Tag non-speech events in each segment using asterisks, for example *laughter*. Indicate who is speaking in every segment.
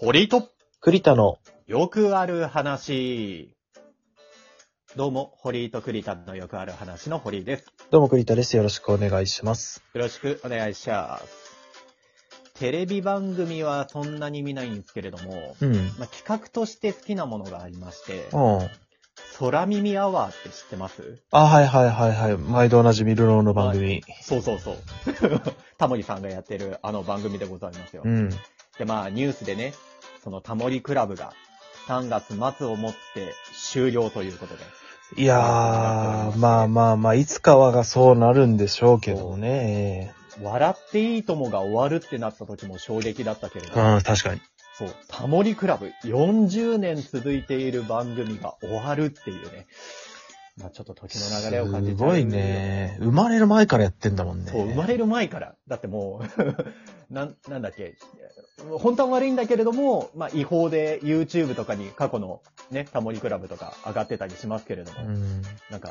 Speaker 1: 堀と、
Speaker 2: 栗田の、
Speaker 1: よくある話。どうも、堀井と栗田のよくある話の堀井です。
Speaker 2: どうも栗田です。よろしくお願いします。
Speaker 1: よろしくお願いします。テレビ番組はそんなに見ないんですけれども、
Speaker 2: うん。
Speaker 1: まあ、企画として好きなものがありまして、
Speaker 2: うん。
Speaker 1: 空耳アワーって知ってます
Speaker 2: あ、はいはいはいはい。毎度おなじみルローの番組。
Speaker 1: そうそうそう。 *laughs* タモリさんがやってるあの番組でございますよ。
Speaker 2: うん。
Speaker 1: で、まあ、ニュースでね、そのタモリクラブが3月末をもって終了ということで。
Speaker 2: いやー、まあまあまあ、いつかはがそうなるんでしょうけどもね。
Speaker 1: 笑っていいともが終わるってなった時も衝撃だったけれど、
Speaker 2: うん、確かに。
Speaker 1: そう、タモリクラブ40年続いている番組が終わるっていうね、まあちょっと時の流れを感じ
Speaker 2: す
Speaker 1: て。
Speaker 2: ごい。ね。生まれる前からやってんだもんね。
Speaker 1: そう、生まれる前から。だってもう、 *laughs* なん、なんだっけ、本当は悪いんだけれども、まあ違法で YouTube とかに過去のね、タモリクラブとか上がってたりしますけれども、
Speaker 2: うん。
Speaker 1: なんか、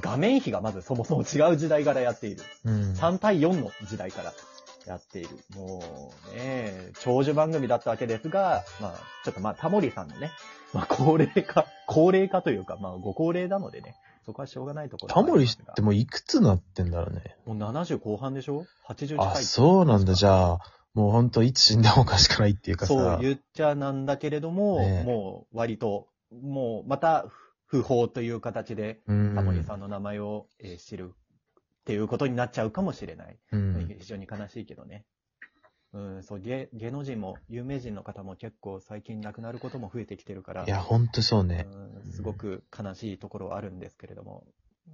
Speaker 1: 画面比がまずそもそも違う時代からやっている。
Speaker 2: うん。
Speaker 1: 3対4の時代からやっている。もうね、長寿番組だったわけですが、まあ、ちょっとまあ、タモリさんのね、まあ、高齢化、高齢化というか、まあ、ご高齢なのでね、そこはしょうがないところ
Speaker 2: タモリっ
Speaker 1: で
Speaker 2: てもういくつなってんだろうね。
Speaker 1: もう70後半でしょ ?80 近い。
Speaker 2: あ、そうなんだ。じゃあ、もうほんといつ死んでもおかしくないっていうかさ。
Speaker 1: そう言っちゃなんだけれども、
Speaker 2: ねえ
Speaker 1: もう割と、もうまた不法という形で、
Speaker 2: うん。
Speaker 1: タモリさんの名前を、えー知るっていうことになっちゃうかもしれない。
Speaker 2: うん。
Speaker 1: 非常に悲しいけどね。うん、そう芸、芸能人も有名人の方も結構最近亡くなることも増えてきてるから、
Speaker 2: いや、ほんとそうね。
Speaker 1: うんすごく悲しいところはあるんですけれども。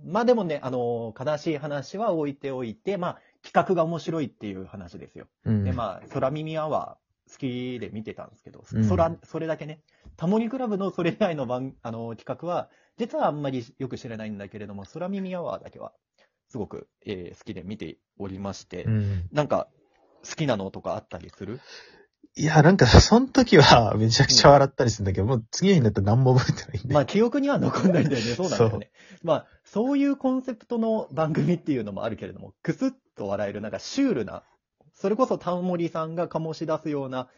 Speaker 1: まあでもね、あの、悲しい話は置いておいて、まあ、企画が面白いっていう話ですよ。
Speaker 2: うん。
Speaker 1: で、まあ、空耳アワー好きで見てたんですけど、
Speaker 2: うん
Speaker 1: そら、それだけね、タモリクラブのそれ以外の番、 *laughs* あの、企画は、実はあんまりよく知らないんだけれども、空耳アワーだけは、すごく、えー好きで見ておりまして、
Speaker 2: うん。
Speaker 1: なんか、好きなのとかあったりする
Speaker 2: いや、なんか、その時は、 *laughs* めちゃくちゃ笑ったりするんだけど、もう次の日になったら何も覚えてないんで。
Speaker 1: まあ、記憶には残んないんだよ
Speaker 2: *laughs*
Speaker 1: ね。そうなんだよね。まあ、そういうコンセプトの番組っていうのもあるけれども、くすっと笑える、なんかシュールな、それこそタモリさんが醸し出すような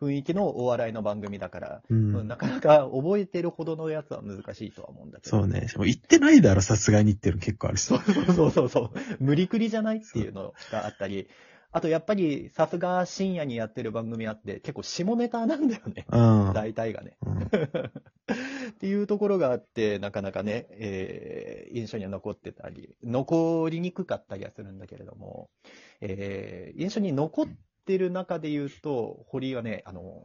Speaker 1: 雰囲気のお笑いの番組だから、
Speaker 2: う
Speaker 1: うん
Speaker 2: ん。
Speaker 1: なかなか覚えてるほどのやつは難しいとは思うんだけど。
Speaker 2: そうね。もう行ってないだろ、さすがにっていうの結構あるし。
Speaker 1: そうそうそうそう。無理くりじゃないっていうのがあったり、あとやっぱりさすが深夜にやってる番組あって、結構下ネタなんだよね。
Speaker 2: うん。
Speaker 1: 大体がね。
Speaker 2: うん
Speaker 1: っていうところがあって、なかなかね、えー印象には残ってたり、残りにくかったりはするんだけれども、えー印象に残ってる中で言うと、堀井はね、あの、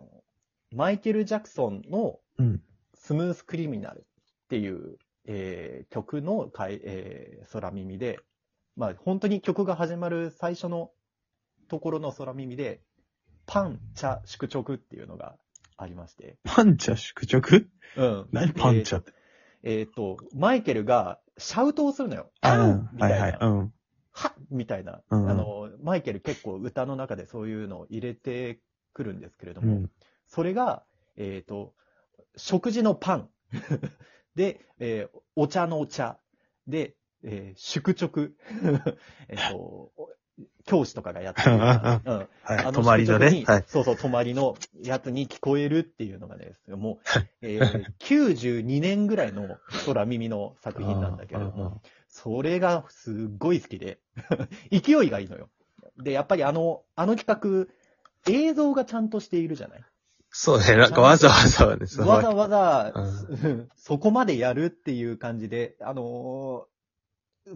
Speaker 1: マイケル・ジャクソンの
Speaker 2: うん。
Speaker 1: スムース・クリミナルっていう、えー曲のかい、えー空耳で、まあ本当に曲が始まる最初のところの空耳で、パン、チャ、宿直っていうのがありまして。
Speaker 2: パンチャ宿直
Speaker 1: うん。
Speaker 2: 何パンチャって。
Speaker 1: えっ、と、マイケルがシャウトをするのよ。
Speaker 2: あ
Speaker 1: は
Speaker 2: う
Speaker 1: っ
Speaker 2: ん
Speaker 1: みた
Speaker 2: はいい
Speaker 1: な。
Speaker 2: はい。うん。
Speaker 1: はっみたいな、
Speaker 2: うんうん
Speaker 1: あの、マイケル結構歌の中でそういうのを入れてくるんですけれど
Speaker 2: う
Speaker 1: も、
Speaker 2: ん。
Speaker 1: それが、えっ、と、食事のパン。 *laughs* で、えーお茶のお茶。で、えー宿直。 *laughs* えっと、お教師とかがやってるよ
Speaker 2: *laughs*
Speaker 1: うな、うん、
Speaker 2: はい。
Speaker 1: あの
Speaker 2: 泊まりの
Speaker 1: 宿直
Speaker 2: ね
Speaker 1: に。
Speaker 2: はい。
Speaker 1: そうそう、泊まりのやつに聞こえるっていうのがね、もう、え
Speaker 2: *laughs* は
Speaker 1: ー、92年ぐらいの空耳の作品なんだけれども、それがすっごい好きで、 *laughs* 勢いがいいのよ。で、やっぱりあの、あの企画、映像がちゃんとしているじゃない
Speaker 2: そうね。なんかわざわざね、その
Speaker 1: わざわざ、
Speaker 2: う
Speaker 1: そこまでやるっていう感じで、あのー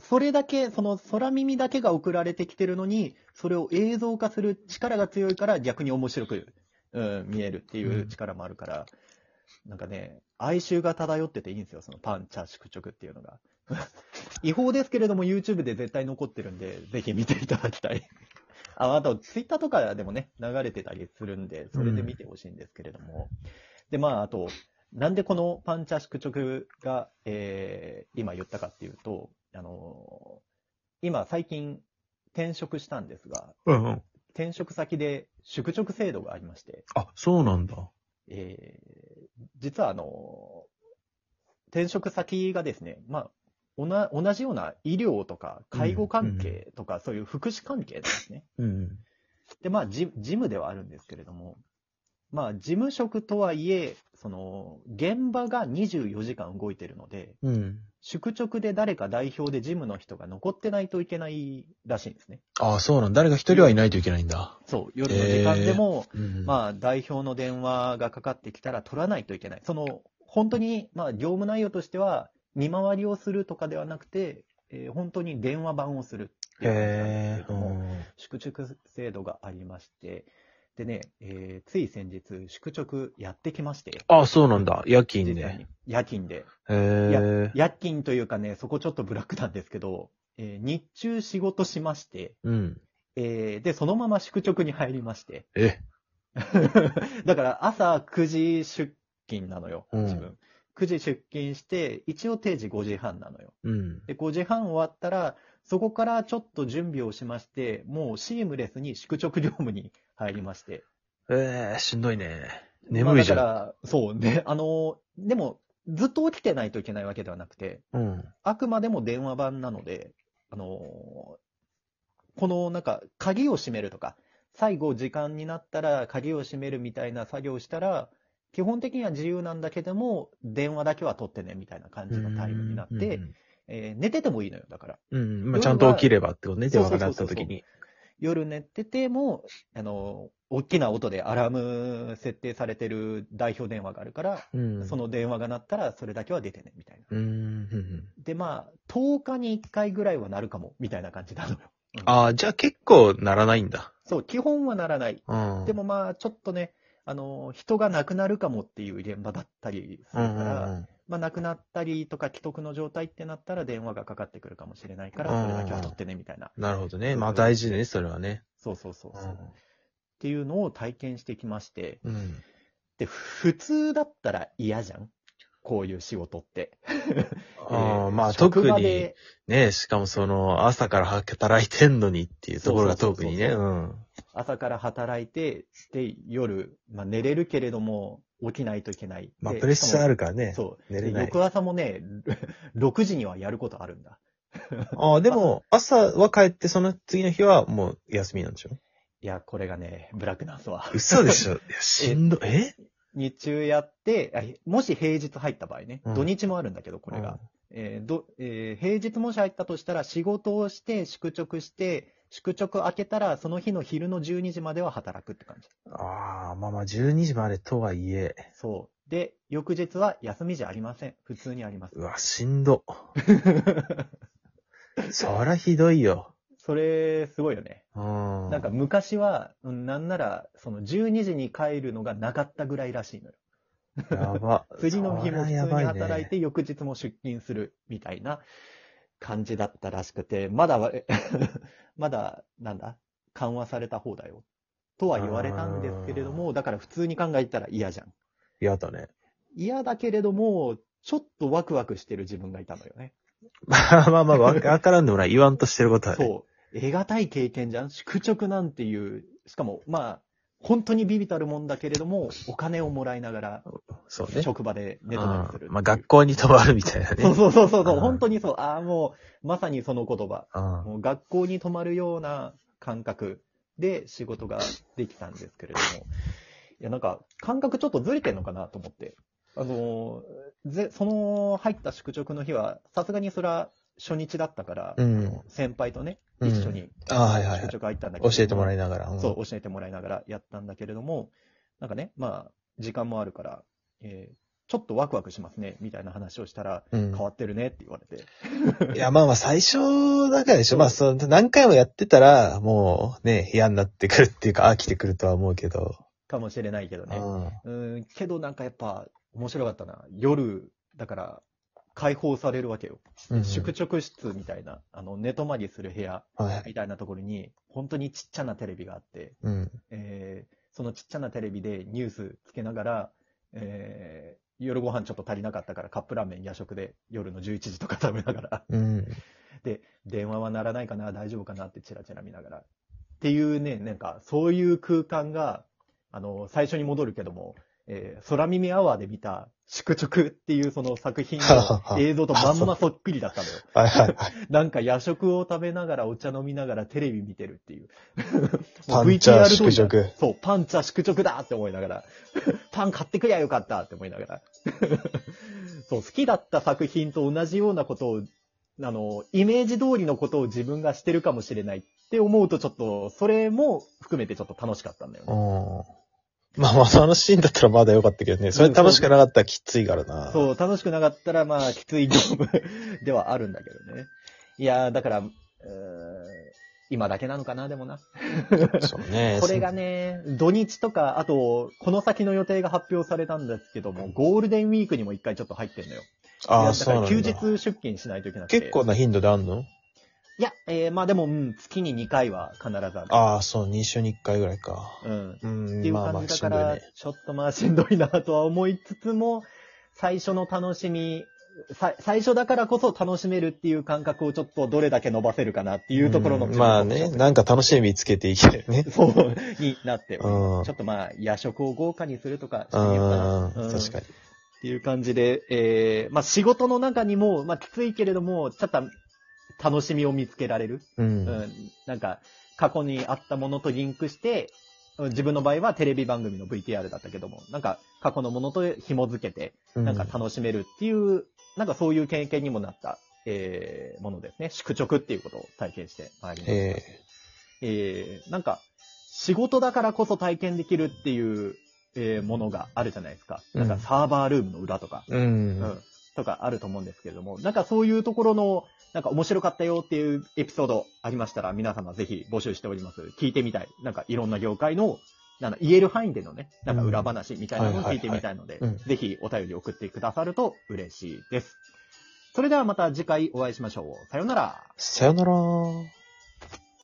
Speaker 1: それだけ、その空耳だけが送られてきてるのに、それを映像化する力が強いから逆に面白く、うん、見えるっていう力もあるから、なんかね、哀愁が漂ってていいんですよ、そのパン、チャ、宿直っていうのが。違法ですけれども YouTube で絶対残ってるんで、ぜひ見ていただきたい。 *laughs* あ、あと Twitter とかでもね、流れてたりするんで、それで見てほしいんですけれども。で、まあ、あと、なんでこのパンチャ宿直が、えー今言ったかっていうと、あのー今最近転職したんですが、
Speaker 2: うんうん。
Speaker 1: 転職先で宿直制度がありまして、
Speaker 2: あ、そうなんだ。
Speaker 1: えー実はあのー転職先がですね、まあ、おな同じような医療とか介護関係とか、そういう福祉関係なんですね。
Speaker 2: うん。
Speaker 1: で、まあジ、ジムではあるんですけれども、まあ、事務職とはいえ、その、現場が24時間動いてるので、
Speaker 2: うん。
Speaker 1: 宿直で誰か代表で事務の人が残ってないといけないらしいんですね。
Speaker 2: ああ、そうなんだ。誰か一人はいないといけないんだ。
Speaker 1: そう、夜の時間でも、
Speaker 2: うん。
Speaker 1: まあ、代表の電話がかかってきたら取らないといけない。その、本当に、まあ、業務内容としては、見回りをするとかではなくて、えー本当に電話番をするっていう感じなんです
Speaker 2: へ
Speaker 1: け
Speaker 2: え。
Speaker 1: ども、
Speaker 2: うん
Speaker 1: 宿直制度がありまして、でね、えーつい先日、宿直やってきまして、
Speaker 2: ああ、そうなんだ。夜勤
Speaker 1: 実際
Speaker 2: で。
Speaker 1: に夜勤で。
Speaker 2: へえ。
Speaker 1: 夜勤というかね、そこちょっとブラックなんですけど、えー日中仕事しまして、
Speaker 2: うん。
Speaker 1: えーで、そのまま宿直に入りまして。
Speaker 2: え、
Speaker 1: *laughs* だから朝9時出勤なのよ、
Speaker 2: うん
Speaker 1: 自分。9時出勤して、一応定時5時半なのよ。
Speaker 2: うん。
Speaker 1: で、5時半終わったら、そこからちょっと準備をしまして、もうシームレスに宿直業務に入りまして。
Speaker 2: ええ、しんどいね。眠いじゃん。
Speaker 1: まあだから、そうね、あの、でも、ずっと起きてないといけないわけではなくて、
Speaker 2: うん。
Speaker 1: あくまでも電話番なので、あのーこのなんか、鍵を閉めるとか、最後時間になったら鍵を閉めるみたいな作業をしたら、基本的には自由なんだけども、電話だけは取ってね、みたいな感じのタイムになって、えー寝ててもいいのよ、だから。
Speaker 2: うん、うん、うんまあ、ちゃんと起きればってことね、
Speaker 1: そ
Speaker 2: 電
Speaker 1: うそ
Speaker 2: 話
Speaker 1: う
Speaker 2: が
Speaker 1: そ
Speaker 2: 鳴
Speaker 1: う
Speaker 2: っ
Speaker 1: そう
Speaker 2: た時に。
Speaker 1: 夜寝てても、あのー大きな音でアラーム設定されてる代表電話があるから、
Speaker 2: うん。
Speaker 1: その電話が鳴ったらそれだけは出てね、みたいな。
Speaker 2: うん、うんうん。
Speaker 1: で、まあ、10日に1回ぐらいはなるかも、みたいな感じなのよ。
Speaker 2: ああ、じゃあ結構鳴らないんだ。
Speaker 1: そう、基本はならない。
Speaker 2: うん。
Speaker 1: でもまあ、ちょっとね、あの、人が亡くなるかもっていう現場だったりす
Speaker 2: う
Speaker 1: る
Speaker 2: ん、
Speaker 1: か
Speaker 2: う
Speaker 1: ら、
Speaker 2: ん、うん。
Speaker 1: まあ、亡くなったりとか、既得の状態ってなったら電話がかかってくるかもしれないから、それだけは取ってね、みたいな。
Speaker 2: なるほどね。まあ、大事ね、それはね。
Speaker 1: そうそうそうそう。って
Speaker 2: う
Speaker 1: いうのを体験してきまして、
Speaker 2: ん。うん
Speaker 1: で、普通だったら嫌じゃんこういう仕事って。
Speaker 2: あ
Speaker 1: えー
Speaker 2: あまあ、
Speaker 1: 職
Speaker 2: 特
Speaker 1: 場
Speaker 2: に
Speaker 1: で、
Speaker 2: ね、しかもその、朝から働いてんのにっていうところが
Speaker 1: そうそうそうそ
Speaker 2: 特
Speaker 1: う
Speaker 2: にね、うん。
Speaker 1: 朝から働いて、で、夜、まあ、寝れるけれども、起きないといけない。
Speaker 2: まあ、
Speaker 1: で
Speaker 2: プレッシャーあるからね。
Speaker 1: そう。
Speaker 2: 寝れ
Speaker 1: で
Speaker 2: ない
Speaker 1: 翌朝もね、6時にはやることあるんだ。
Speaker 2: ああ、でも、朝は帰って、その次の日はもう休みなんでしょ
Speaker 1: いや、これがね、ブラックナースは。 *laughs*
Speaker 2: 嘘でし *laughs* ょいやしんど、え
Speaker 1: 日中やって、あもし平日入った場合ね、
Speaker 2: うん
Speaker 1: 土日もあるんだけど、これが。。えーどえー平日もし入ったとしたら、仕事をして、宿直して、宿直明けたら、その日の昼の12時までは働くって感じ。
Speaker 2: ああ、まあまあ、12時までとはいえ。
Speaker 1: そう。で、翌日は休みじゃありません。普通にあります
Speaker 2: う。わ、しん *laughs* ど。そりゃひどいよ。
Speaker 1: それ、すごいよね。
Speaker 2: うん。
Speaker 1: なんか、昔は、うんなんなら、その12時に帰るのがなかったぐらいらしいのよ。
Speaker 2: や *laughs* ば。
Speaker 1: 次の日も普通に
Speaker 2: そりゃやば
Speaker 1: 働い
Speaker 2: ね
Speaker 1: て、翌日も出勤するみたいな感じだったらしくて、まだ *laughs* わ、まだ、なんだ、緩和された方だよ。とは言われたんですけれども、だから普通に考えたら嫌じゃん。
Speaker 2: 嫌だね。 *laughs*
Speaker 1: 嫌だけれども、ちょっとワクワクしてる自分がいたのよね。
Speaker 2: まあまあまあ、わわからんでもない。言わんとしてることはね。
Speaker 1: そう。得難い経験じゃん宿直なんていう、しかも、まあ、本当にビビたるもんだけれども、お金をもらいながら、
Speaker 2: そう。ね。
Speaker 1: 職場で寝泊まりするっていう。
Speaker 2: うんまあ、学校に泊まるみたいなね。 *laughs*
Speaker 1: そうそうそうそうそう、
Speaker 2: うん
Speaker 1: 本当にそう。ああ、もう、まさにその言葉。
Speaker 2: うん
Speaker 1: もう学校に泊まるような感覚で仕事ができたんですけれども。いや、なんか、感覚ちょっとずれてんのかなと思って。あのーぜ、その入った宿直の日は、さすがにそれは初日だったから、
Speaker 2: うん
Speaker 1: あの先輩とね、
Speaker 2: うん
Speaker 1: 一緒に、
Speaker 2: ああはいはいはい
Speaker 1: 宿直入ったんだけ
Speaker 2: 教
Speaker 1: ど。
Speaker 2: えてもらいながら。ん
Speaker 1: そう、教えてもらいながらやったんだけれども、なんかね、まあ、時間もあるから、えーちょっとワクワクしますね、みたいな話をしたら、
Speaker 2: うん
Speaker 1: 変。わってるねって言われて。
Speaker 2: いや、まあまあ、最初だからでしょ。まあ、その、何回もやってたら、もう、ね、嫌になってくるっていうか、飽きてくるとは思うけど。
Speaker 1: かもしれないけどね。
Speaker 2: うん
Speaker 1: うん、けどなんかやっぱ面白かったな。夜、だから解放されるわけよ。
Speaker 2: うん
Speaker 1: 宿直室みたいな、あの、寝泊まりする部屋
Speaker 2: はい。
Speaker 1: みたいなところに、本当にちっちゃなテレビがあって、
Speaker 2: うん。
Speaker 1: えーそのちっちゃなテレビでニュースつけながら、えー夜ご飯ちょっと足りなかったからカップラーメン夜食で夜の11時とか食べながら、
Speaker 2: うん。
Speaker 1: で、電話は鳴らないかな、大丈夫かなってチラチラ見ながら。っていうね、なんか、そういう空間が、あの、最初に戻るけども、えー空耳アワーで見た、宿直っていうその作品の *laughs* 映像とまんまそっくりだったのよ。
Speaker 2: はいはいはい。
Speaker 1: なんか夜食を食べながらお茶飲みながらテレビ見てるっていう。も
Speaker 2: パ
Speaker 1: う
Speaker 2: ンチャー
Speaker 1: VTR 通りだ
Speaker 2: 宿直
Speaker 1: そう、パンチャー宿直だって思いながら。 *laughs* パン買ってくりゃよかったって思いながら。 *laughs* そう、好きだった作品と同じようなことを、あの、イメージ通りのことを自分がしてるかもしれないって思うとちょっと、それも含めてちょっと楽しかったんだよね。
Speaker 2: うん。まあまあ、そのシーンだったらまだ良かったけどね。それ楽しくなかったらきついからな。
Speaker 1: そう、楽しくなかったら、まあ、きつい業務 *laughs* ではあるんだけどね。いやー、だから、うーん今だけなのかな、でもな。
Speaker 2: そうね。
Speaker 1: これがね、土日とか、あと、この先の予定が発表されたんですけども、ゴールデンウィークにも一回ちょっと入ってんのよ。
Speaker 2: そ、あ
Speaker 1: いや
Speaker 2: あ、
Speaker 1: だ
Speaker 2: そ
Speaker 1: か
Speaker 2: うなん
Speaker 1: ら
Speaker 2: だ。
Speaker 1: 休日出勤しないといけなくて。
Speaker 2: 結構。な頻度であんの
Speaker 1: いや、えー、まあでも、うん、月に2回は必ずある。
Speaker 2: ああ、そう、2週に1回ぐらいか。
Speaker 1: うん。
Speaker 2: う
Speaker 1: っ
Speaker 2: ん
Speaker 1: てい、う
Speaker 2: まあま
Speaker 1: 感
Speaker 2: あ、
Speaker 1: じだ
Speaker 2: し
Speaker 1: か
Speaker 2: んどい
Speaker 1: ら
Speaker 2: ね。、
Speaker 1: ちょっとまあしんどいなとは思いつつも、最初の楽しみ、さ最初だからこそ楽しめるっていう感覚をちょっとどれだけ伸ばせるかなっていうところの、
Speaker 2: んまあね、。なんか楽しみ見つけていきたいよね。
Speaker 1: そう、 *laughs* になっております
Speaker 2: うん。
Speaker 1: ちょっとまあ、夜食を豪華にするとかして
Speaker 2: う
Speaker 1: みようかな。
Speaker 2: ん、
Speaker 1: うん
Speaker 2: 確かに。
Speaker 1: っていう感じで、えー、まあ仕事の中にも、まあきついけれども、ちょっと楽しみを見つけられる。う
Speaker 2: う。
Speaker 1: んん。なんか、過去にあったものとリンクして、うん自分の場合はテレビ番組の VTR だったけども、なんか過去のものと紐づけて、
Speaker 2: う
Speaker 1: なんか楽しめるっていう、なんかそういう経験にもなった、えー、ものですね。宿直っていうことを体験してまいりました。
Speaker 2: え
Speaker 1: えーなんか、仕事だからこそ体験できるっていう、えーものがあるじゃないですか。
Speaker 2: う
Speaker 1: なんんかサーバールームの裏とか、
Speaker 2: えうん。
Speaker 1: うんとかあると思うんですけれども、なんかそういうところの、なんか面白かったよっていうエピソードありましたら、皆様ぜひ募集しております。聞いてみたい。なんかいろんな業界の、なんだ言える範囲でのね、なんか裏話みたいなのを聞いてみたいので
Speaker 2: うんはいはいはい、
Speaker 1: ぜひお便り送ってくださると嬉しいです。それではまた次回お会いしましょう。さようなら。
Speaker 2: さよなら。